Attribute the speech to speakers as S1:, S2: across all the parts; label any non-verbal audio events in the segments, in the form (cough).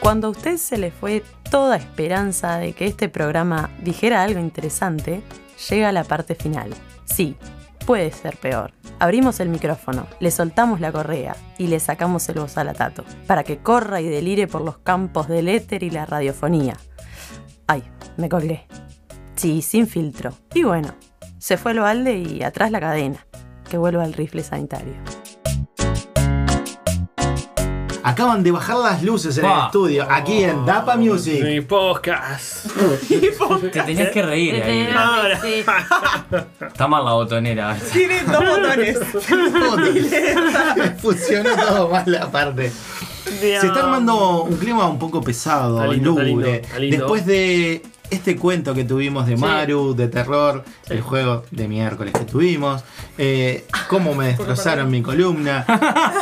S1: Cuando a usted se le fue toda esperanza de que este programa dijera algo interesante, llega la parte final. Sí, puede ser peor. Abrimos el micrófono, le soltamos la correa y le sacamos el bozalatato, para que corra y delire por los campos del éter y la radiofonía. Ay, me colgué. Sí, sin filtro. Y bueno, se fue el balde y atrás la cadena, que vuelva al rifle sanitario.
S2: Acaban de bajar las luces en el
S3: Pa.
S2: estudio, aquí en Dapa Music.
S4: Mi podcast.
S3: Te tenías que reír ahí.
S5: Ahora.
S3: Está mal la botonera.
S6: Tiene dos
S2: (laughs)
S6: botones.
S2: Funcionó todo mal la parte. Se está armando un clima un poco pesado,
S4: Está lindo, está lindo,
S2: lúgubre.
S4: está lindo.
S2: Después de este cuento que tuvimos de Maru, de terror, el juego de miércoles que tuvimos, eh, cómo me destrozaron mi
S4: (laughs)
S2: columna,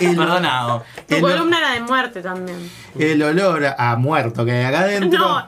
S2: el,
S3: Perdonado.
S5: Tu
S2: el-
S5: columna era de muerte también.
S2: el olor a, a muerto que hay acá adentro
S5: No,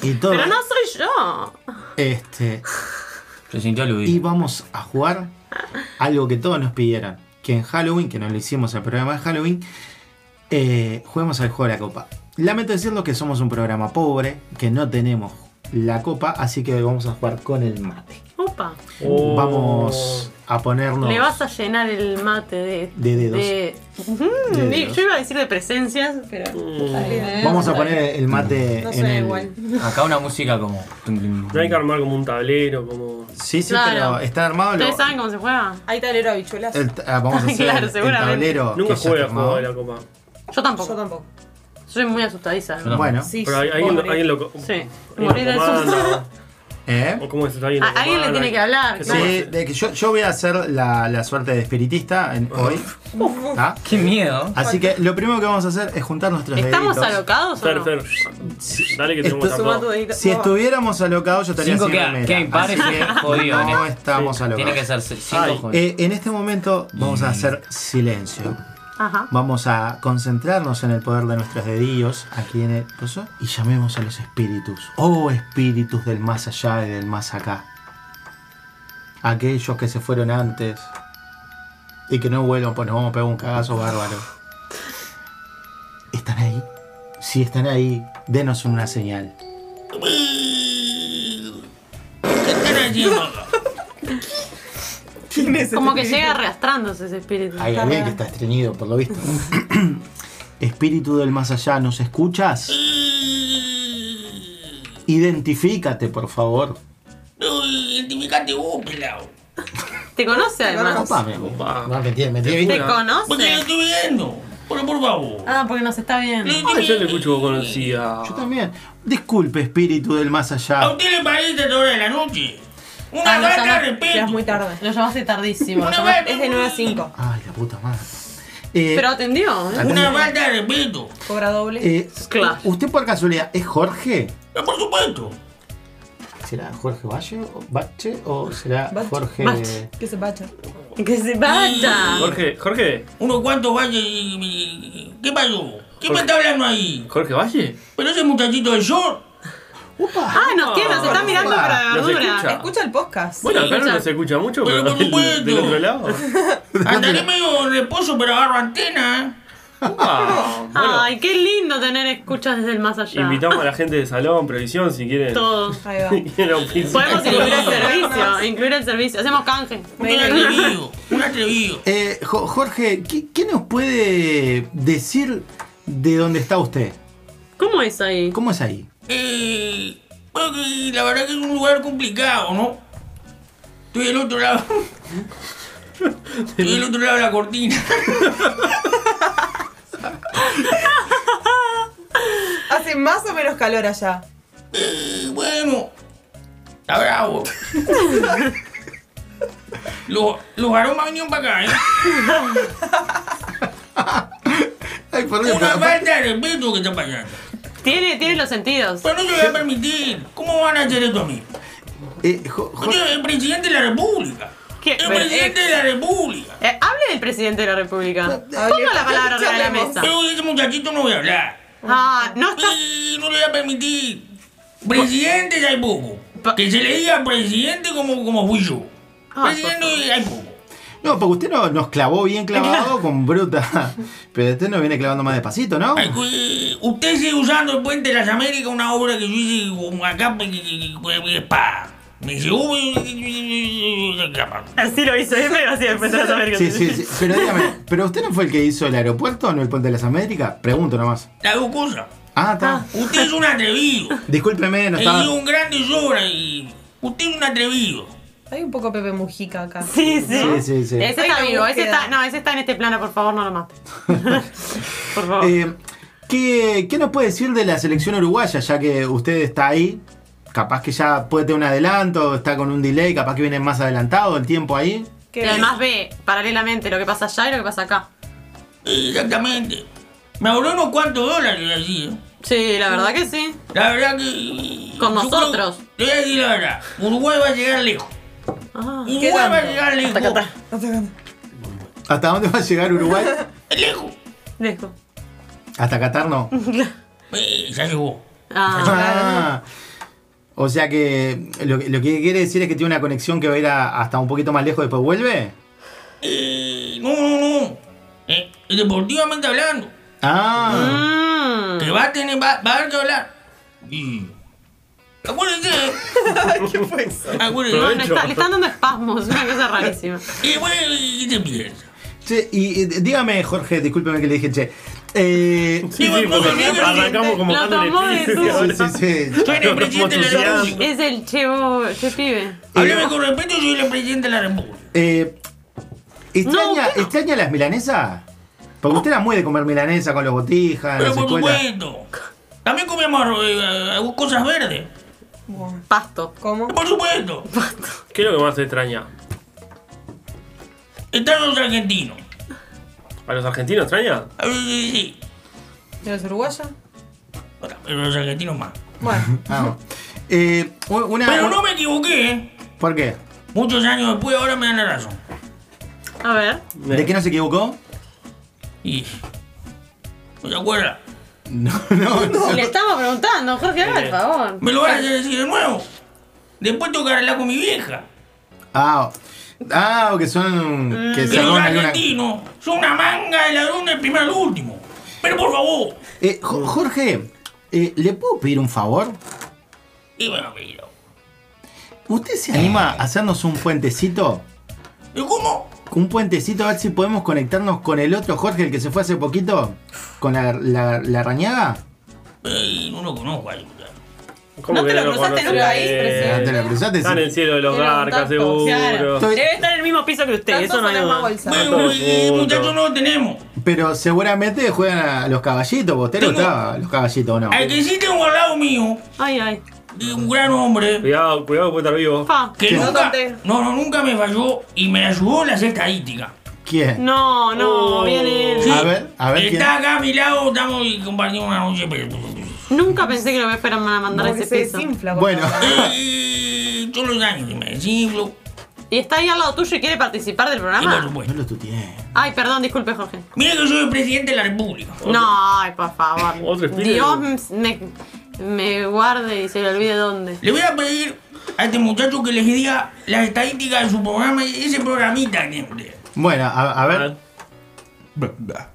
S2: y todo.
S5: pero no soy yo.
S2: Este,
S3: Se sintió aludido.
S2: y vamos a jugar algo que todos nos pidieron, que en Halloween, que no lo hicimos el programa de Halloween, eh, juguemos al juego de la copa. Lamento decirlo que somos un programa pobre, que no tenemos la copa, así que vamos a jugar con el mate.
S5: Opa.
S4: Oh.
S2: Vamos a ponernos...
S5: Le vas a llenar el mate de.
S2: De dedos.
S5: de- Mm,
S2: De
S5: di-
S2: dedos.
S5: Yo iba a decir de presencias, pero. ¿eh?
S2: Vamos a poner el mate
S6: No
S2: en
S6: suena
S2: el...
S6: igual.
S3: Acá una música como.
S4: No hay que armar como un tablero, como.
S2: Sí, sí,
S5: Claro.
S2: pero está armado. lo-
S5: ¿Ustedes saben cómo se juega?
S6: Hay tablero habichuelas.
S2: el- ah,
S5: (laughs)
S2: vamos a hacer
S5: Claro,
S2: el
S5: seguramente.
S2: tablero. Oh, que
S4: Nunca
S2: ya
S4: jugué
S2: está
S4: a juego de
S2: armado.
S4: la copa.
S5: Yo
S6: Yo
S5: tampoco.
S6: tampoco.
S5: Soy muy asustadiza.
S3: Yo tampoco.
S2: Bueno,
S6: Sí,
S4: Pero hay- alguien,
S6: pobre.
S4: alguien lo.
S5: Sí. Morir
S4: Alguien
S5: del
S4: lo comanda,
S2: ¿eh?
S4: o- o ¿Cómo es? ¿Alguien, lo
S5: A- alguien le
S4: comanda,
S5: tiene que hablar,
S4: ¿Qué
S2: Sí,
S5: claro.
S4: se-
S2: de que yo, yo voy a hacer la, la suerte de espiritista en- hoy. ¿tá?
S3: Qué miedo.
S2: Así que lo primero que vamos a hacer es juntar nuestros
S5: (laughs) ¿Estamos
S2: deditos.
S5: alocados o
S4: Fer,
S5: no?
S4: Fer, Dale que tenemos
S2: Esto-
S4: tapado.
S6: Suma tu dedito.
S2: Si
S6: No.
S2: estuviéramos alocados, yo estaría
S3: Cinco
S2: sin
S3: queda-
S2: remera.
S3: queda impares,
S2: Así que
S3: jodido,
S2: No
S3: ¿eh?
S2: estamos
S3: Tiene que
S2: alocados.
S3: ser
S4: Ay.
S3: cinco jóvenes.
S2: Eh, en este momento vamos a hacer silencio.
S5: Ajá.
S2: Vamos a concentrarnos en el poder de nuestros dedillos aquí en el coso y llamemos a los espíritus. Oh espíritus del más allá y del más acá. Aquellos que se fueron antes y que no vuelvan, pues nos vamos a pegar un cagazo bárbaro. ¿Están ahí? Si están ahí, denos una señal.
S6: ¿Quién es
S5: Como que
S6: este?
S5: llega arrastrándose ese espíritu.
S2: Hay alguien que está estreñido, por lo visto. Espíritu del más allá, ¿nos escuchas? Identifícate, por favor.
S5: ¿Te conoce además?
S2: Papá, me- no, me tiene- me tiene
S5: ¿Te
S2: visto.
S5: conoce?
S7: estoy viendo. Por, por favor.
S5: Ah, porque nos está viendo.
S4: Ay, Ah, yo le escucho conocida.
S2: Yo también. Disculpe, espíritu del más
S7: ¿A
S2: allá.
S7: usted le parece esta hora de la noche? Una
S6: Ah,
S7: falta de
S6: ya no, ya es
S7: respeto.
S6: muy tarde.
S5: Lo llamaste tardísimo.
S7: Una
S5: llamaste-
S6: Es de 9 a 5.
S2: Ay, la puta madre. Eh,
S5: Pero atendió. ¿eh?
S7: Una falta de respeto.
S6: Cobra doble.
S2: eh,
S5: Claro.
S2: ¿Usted por casualidad es Jorge?
S7: Pero Eh, por supuesto.
S2: ¿Será Jorge Valle o Bache o será
S6: Bache.
S2: Jorge
S5: Bache.
S6: Que se pacha.
S5: Que se vaya.
S4: Jorge, Jorge,
S7: Unos cuantos valles y- y- y- ¿Qué pasó? ¿Quién me está hablando ahí?
S4: Jorge Valle.
S7: Pero ese muchachito de short.
S2: Upa.
S5: Ah, nos tiene, nos está mirando
S2: Ah,
S5: para la
S4: ¿nos
S5: verdura.
S4: escucha?
S6: Escucha el podcast.
S4: Bueno, acá
S5: escucha.
S4: no se escucha mucho,
S7: Pero
S4: pero,
S7: por supuesto.
S4: del, del otro lado.
S7: Andaré medio en reposo, pero agarro antena. ¿eh?
S4: Ah, bueno,
S5: Ay, qué lindo tener escuchas desde el más allá.
S4: invitamos a la gente de Salón, Previsión, si quieren. (laughs)
S5: Todo.
S6: Ahí va.
S4: quieren un piso.
S5: Podemos incluir el servicio.
S6: Vamos.
S5: Incluir el servicio. Hacemos canje.
S7: Un atrevido. Un atrevido.
S2: Eh, Jo- Jorge, ¿qué, qué nos puede decir de dónde está usted?
S5: ¿Cómo es ahí?
S2: ¿Cómo es
S7: (laughs)
S2: ahí?
S7: Eh, bueno, que la verdad que es un lugar complicado, ¿no? Estoy del otro lado. (laughs) Estoy del otro lado de la cortina.
S6: Hace más o menos calor allá.
S7: Eh, bueno,
S5: (laughs)
S7: está bravo. los, los aromas vinieron para acá, ¿eh?
S2: Ay, perdón,
S7: Una
S2: pero-
S7: falta de respeto que está pasando.
S5: Tiene, tiene los sentidos.
S7: Pero no se lo voy a permitir. ¿Cómo van a hacer esto a mí?
S2: eh, Jo- Jo-
S7: Usted es el presidente de la República.
S5: ¿Qué?
S7: El
S5: Pero,
S7: presidente
S5: eh,
S7: de la República.
S5: eh, hable del presidente de la República. Ponga la palabra arriba de la mesa.
S7: Pero de ese muchachito no voy a hablar.
S5: Ah, no está.
S7: Y no le voy a permitir. Presidente de hay poco.
S5: Pa-
S7: Que se le diga presidente como, como fui yo.
S5: Ah,
S7: Presidente de hay poco.
S2: No, porque usted no- nos clavó bien clavado con bruta. (laughs) Pero usted nos viene clavando más despacito, ¿no?
S7: Ay, cu- eh, Usted sigue usando el Puente de las Américas, una obra que yo hice con- acá, que- que- que- que- pa. Me dice, uy,
S5: Así lo hizo, es medio así después de las
S2: (laughs)
S5: Américas.
S2: Sí, sí, sí. Pero dígame, ¿pero usted no fue el que hizo el aeropuerto, no el puente de las Américas? Pregunto nomás.
S7: la dos cosas.
S2: Ah, está.
S7: Usted es un atrevido.
S2: Discúlpeme, no
S7: Es
S2: estaba.
S7: un grande sobra y usted es un atrevido.
S6: Hay un poco Pepe Mujica acá.
S5: Sí, sí.
S2: Sí, sí, sí.
S5: Ese
S6: Hay
S5: está
S6: una
S5: vivo, ese
S6: búsqueda.
S5: está. No, ese está en este plano, por favor, no
S2: (laughs)
S5: lo mates. por favor.
S2: Eh, ¿qué, qué nos puede decir de la selección uruguaya? Ya que usted está ahí, capaz que ya puede tener un adelanto, está con un delay, capaz que viene más adelantado el tiempo ahí.
S6: Que-
S5: y además ve paralelamente lo que pasa allá y lo que pasa acá.
S7: Exactamente. Me ahorró unos cuantos dólares así. ¿eh?
S5: Sí, la verdad que sí.
S7: La verdad que.
S5: Con
S7: yo creo-
S5: nosotros.
S7: Te voy a decir la verdad. Uruguay va a llegar lejos.
S5: Ah.
S7: Uruguay va a llegar lejos.
S2: ¿Hasta dónde va a llegar (laughs) Uruguay?
S7: Lejos.
S5: Dejo.
S2: ¿Hasta Qatar no?
S7: Eh, ya llegó.
S2: Ah,
S5: Ah,
S2: o sea que lo, que- lo que quiere decir es que tiene una conexión que va a ir a- hasta un poquito más lejos, después vuelve.
S7: Eh, no, no, no. Eh, deportivamente hablando.
S2: Ah,
S7: Que va a tener. Va, va a haber que hablar. Y. Acuérdense. ¿eh?
S6: (laughs) ¿Qué fue eso?
S7: Acuérdense.
S5: no, no está- le están dando espasmos, una cosa rarísima. (laughs)
S7: Y bueno, ¿y qué te piensas?
S2: che, y, y dígame, Jorge, discúlpeme que le dije, che.
S7: (laughs)
S2: Eh,
S4: Sí, sí, porque arrancamos como
S5: Lo tomó de
S4: dándoles
S5: tú.
S4: y ahora-
S2: sí, sí, sí.
S7: Yo era el presidente de la
S4: entusiasmo.
S7: República.
S5: Es el chevo, che pibe.
S7: Háblame con respeto, soy el presidente de la República.
S2: Eh, ¿extraña, extraña las milanesas? Porque usted era muy de comer milanesa con los botijas, en
S7: Pero
S2: las
S7: por
S2: escuelas.
S7: supuesto. También comíamos eh, eh, cosas verdes.
S6: Bueno,
S5: Pasto.
S6: ¿Cómo?
S7: Por supuesto.
S4: ¿Qué es lo que más te extraña?
S7: Están los argentinos.
S4: ¿A los argentinos extraña?
S7: A ver, sí, sí.
S6: ¿De los uruguayos?
S7: Bueno, Pero los argentinos más.
S2: (laughs)
S6: Bueno,
S2: Vamos. Ah, Eh, u- una,
S7: Pero no me equivoqué, ¿eh?
S2: ¿Por qué?
S7: Muchos años después ahora me dan la razón.
S5: A ver.
S2: ¿De qué no se equivocó? (laughs)
S7: Y... ¿No te acuerdas?
S2: No, no, no.
S5: Le estamos preguntando, Jorge, haga
S7: Eh.
S5: el favor.
S7: Me lo van a hacer decir de nuevo. Después tengo que arreglar con mi vieja.
S2: Ah, ah, que son. Que se
S7: Que los
S2: roban alguna.
S7: argentinos son una manga de ladrón del primero al último. Pero por favor.
S2: Eh, Jo- Jorge, eh, ¿le puedo pedir un favor?
S7: Y bueno, pero...
S2: ¿Usted se anima a hacernos un puentecito?
S7: ¿Y cómo?
S2: Un puentecito, a ver si podemos conectarnos con el otro Jorge, el que se fue hace poquito, con la, la, la rañaga.
S7: Ey, no lo conozco a él.
S4: ¿Cómo
S6: ¿No te
S4: que
S6: lo cruzaste
S4: conoces?
S6: nunca ahí, presidente?
S2: Te la cruzaste,
S4: Está en
S2: sí.
S4: el cielo de los
S6: Era un
S4: garcas,
S6: tanto,
S4: seguro.
S6: claro.
S2: Estoy-
S5: Debe estar en el mismo piso que usted,
S6: tantos
S5: eso no
S6: en
S5: hay
S6: la misma
S5: duda.
S6: bolsa.
S7: Bueno, eh,
S4: juntos.
S7: muchachos, no lo tenemos.
S2: Pero seguramente juegan a los caballitos, vos te le
S7: Tengo-
S2: gustaba los caballitos, ¿o no?
S7: Al que sí tengo al lado mío,
S5: Ay, ay.
S7: de un gran hombre,
S4: Cuidado, cuidado que puede estar vivo.
S5: Pa.
S7: que
S2: Sí.
S6: No
S7: nunca,
S6: conté.
S7: no, no, nunca me falló y me ayudó en las estadísticas.
S2: ¿Quién?
S5: No, no,
S4: Oh.
S5: viene él.
S7: Sí.
S2: A ver, a ver quién.
S7: Está acá a mi lado, estamos y compartimos una noche. pero-
S5: Nunca pensé que lo fueran a mandar a
S6: Como que
S5: ese
S6: se
S5: piso.
S6: desinfla. cuando
S2: Bueno,
S6: habla.
S7: Eh, todos los años que me desinflo.
S5: Y está ahí al lado tuyo y quiere participar del
S7: Y por
S5: programa.
S2: no
S7: supuesto.
S2: lo tuteé.
S5: Ay, perdón, disculpe, Jorge.
S7: pues. Mira que soy el presidente de la República.
S5: No, ay, por favor.
S4: Otro espíritu.
S5: Dios me, me guarde y se le olvide dónde.
S7: Le voy a pedir a este muchacho que les diga las estadísticas de su programa y ese programita que tiene usted.
S2: Bueno, a, a
S4: A
S2: ver.
S4: ver.
S8: Bla, bla.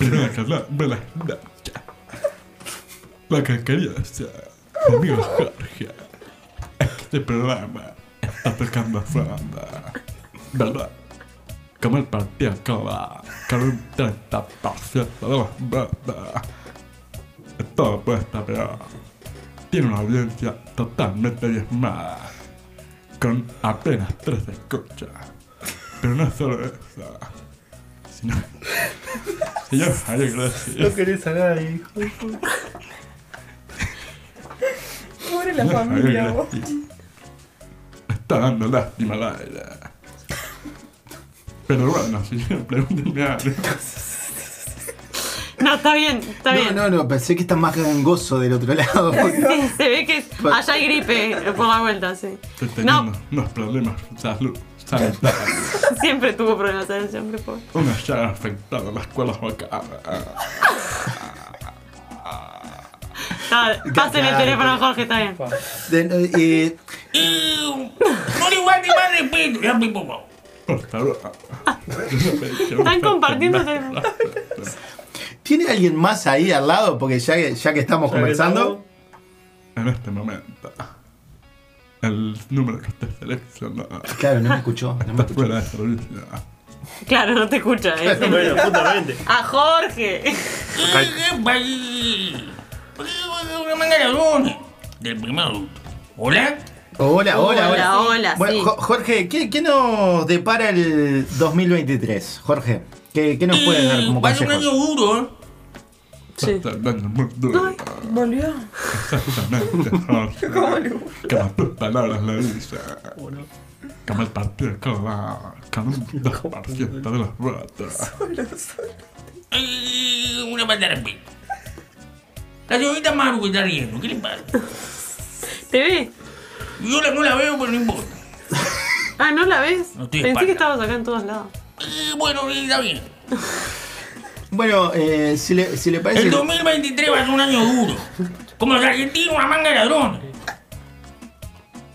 S8: Bla, bla, bla, bla, bla, ya. La cascarilla, mi amigo Jorge. Este programa está pecando a Fernanda. ¿Verdad? Como el partido cola, con un 30% de los votos. Todo puede estar peor. Tiene una audiencia totalmente diezmada, con apenas tres escuchas. Pero no es solo eso, sino. Señor Javier, gracias.
S4: querés a nadie, hijo.
S6: Pobre la familia, vos.
S8: Está dando lástima al aire. Pero bueno, si pregúntenme algo.
S5: No, está bien, está
S2: No,
S5: bien.
S2: no, no, pensé que está más gangoso del otro lado.
S5: Sí, se ve que allá hay gripe por la vuelta, sí.
S8: Estoy
S5: No,
S8: teniendo unos problemas de salud sanitaria.
S5: siempre tuvo problemas, ¿sabes? siempre pobre.
S8: Una llaga afectada en las cuerdas vocales.
S5: Está- Pásenle el
S2: Claro,
S5: teléfono a Jorge, está bien.
S2: De- eh,
S7: Eh, no le guarde más respeto. Ya, por favor.
S8: Oh, Están
S5: compartiendo
S2: ¿Tiene alguien más ahí al lado? Porque ya que, ya que estamos conversando.
S8: En este momento, el número que usted selecciona
S2: Claro, no me escuchó. No me
S8: está
S2: escuchó.
S8: fuera de servicio.
S5: Claro, no te escucha. ¿eh?
S4: Bueno, justamente.
S5: A Jorge.
S7: ¿Qué, qué país? ¿Por qué por qué manga la luna? Del primer adulto. ¿Hola?
S2: Hola, hola, hola.
S5: Hola, hola,
S2: Bueno,
S5: sí.
S2: Jo- Jorge, ¿qué, qué nos depara el 2023? Jorge, ¿qué, qué nos puede dar como
S7: Va a ser un año
S2: consejos?
S7: duro.
S8: Se está dando muy duro.
S6: Volvió.
S8: Exactamente, Jorge. Que más tus palabras le dice. Como el partido de Córdoba, con un 2% de los votos.
S7: Eh, Una pata de respeto. La señorita Maru que está riendo, ¿qué le pasa?
S5: ¿Te ve?
S7: Yo la, no la veo, pero no importa.
S5: Ah, ¿no la ves?
S7: No tiene
S5: Pensé que
S7: espalda.
S5: estabas acá en todos lados.
S7: Eh, bueno, eh, está bien.
S2: Bueno, eh, si, le, si le parece.
S7: El 2023 va a ser un año duro. Como los argentinos, una manga de ladrones.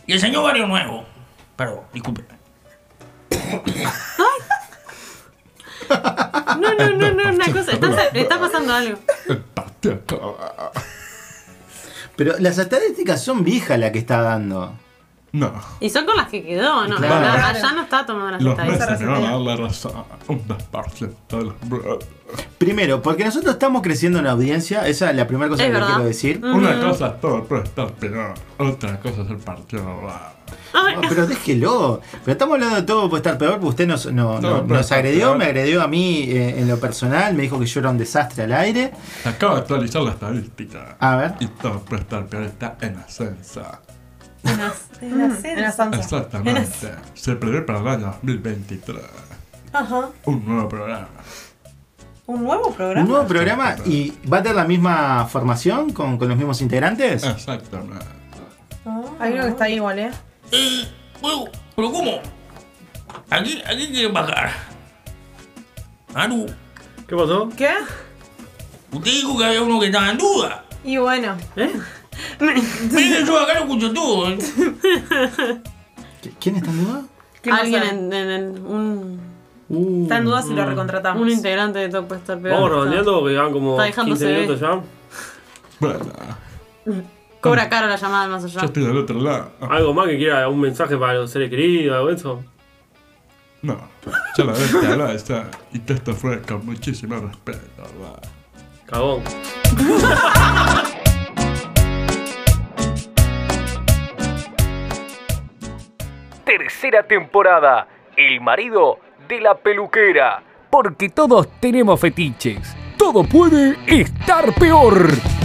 S7: Y el señor Barrio Nuevo. Perdón, disculpe.
S5: No, no, no, no, una cosa.
S2: (laughs)
S5: Estás, está pasando algo.
S8: El partido de Córdoba.
S2: Pero las estadísticas son viejas las que está dando.
S8: No,
S5: Y son con las que quedó, ¿no?
S2: Claro.
S5: No, Allá no Ah, está tomando las
S8: los
S5: estadísticas.
S8: meses me van a dar la razón. Un 2% de los votos.
S2: Primero, porque nosotros estamos creciendo en audiencia, esa es la primera cosa
S5: Es
S2: que le
S5: verdad. Mm.
S2: quiero decir.
S8: Una cosa es todo el prestado, pero otra cosa es el partido.
S2: No, pero déjelo. Pero estamos hablando de todo puede estar peor, porque usted nos, no-
S8: No,
S2: no-
S8: puede
S2: nos
S8: estar
S2: agredió,
S8: peor.
S2: me agredió a mí eh, en lo personal, me dijo que yo era un desastre al aire.
S8: Se acaba de actualizar la estadística.
S2: A ver.
S8: Y todo prestado, pero está en ascenso.
S6: En la Samsung.
S8: Exactamente. Se prevé para el año 2023.
S6: Ajá.
S8: un nuevo programa.
S6: Un nuevo
S2: Un
S6: programa.
S2: nuevo programa y va a tener la misma formación con, con los mismos integrantes.
S8: Ah. Exactamente.
S6: Hay uno que está ahí igual, ¿eh?
S7: Eh, bueno, pero ¿cómo? Aquí, aquí quieren bajar. Maru,
S4: ¿Qué pasó?
S6: ¿Qué?
S7: usted dijo que había uno que estaba en duda.
S6: Y bueno.
S7: Mire, yo acá lo escucho todo. ¿eh?
S2: ¿Quién está en duda?
S6: ¿Qué
S5: Alguien
S6: pasa?
S5: en, en- en un,
S2: Uh,
S6: Está en duda si lo recontratamos.
S5: un integrante de Top está peor.
S4: Vamos
S5: Está-
S4: redondeando porque van como
S5: Está dejando
S4: 15
S5: CV.
S4: minutos ya.
S8: Bueno,
S5: Cobra caro la llamada del más
S7: Ah.
S5: allá.
S8: yo estoy del otro lado.
S4: ¿Algo más que quiera? ¿Un mensaje para los seres queridos? ¿Algo de eso?
S8: No, ya la ves, te habla esta. Y que esto fue con muchísimo respeto. ¿verdad?
S4: Cagón.
S9: tercera temporada, El marido de la peluquera. Porque todos tenemos fetiches. Todo puede estar peor.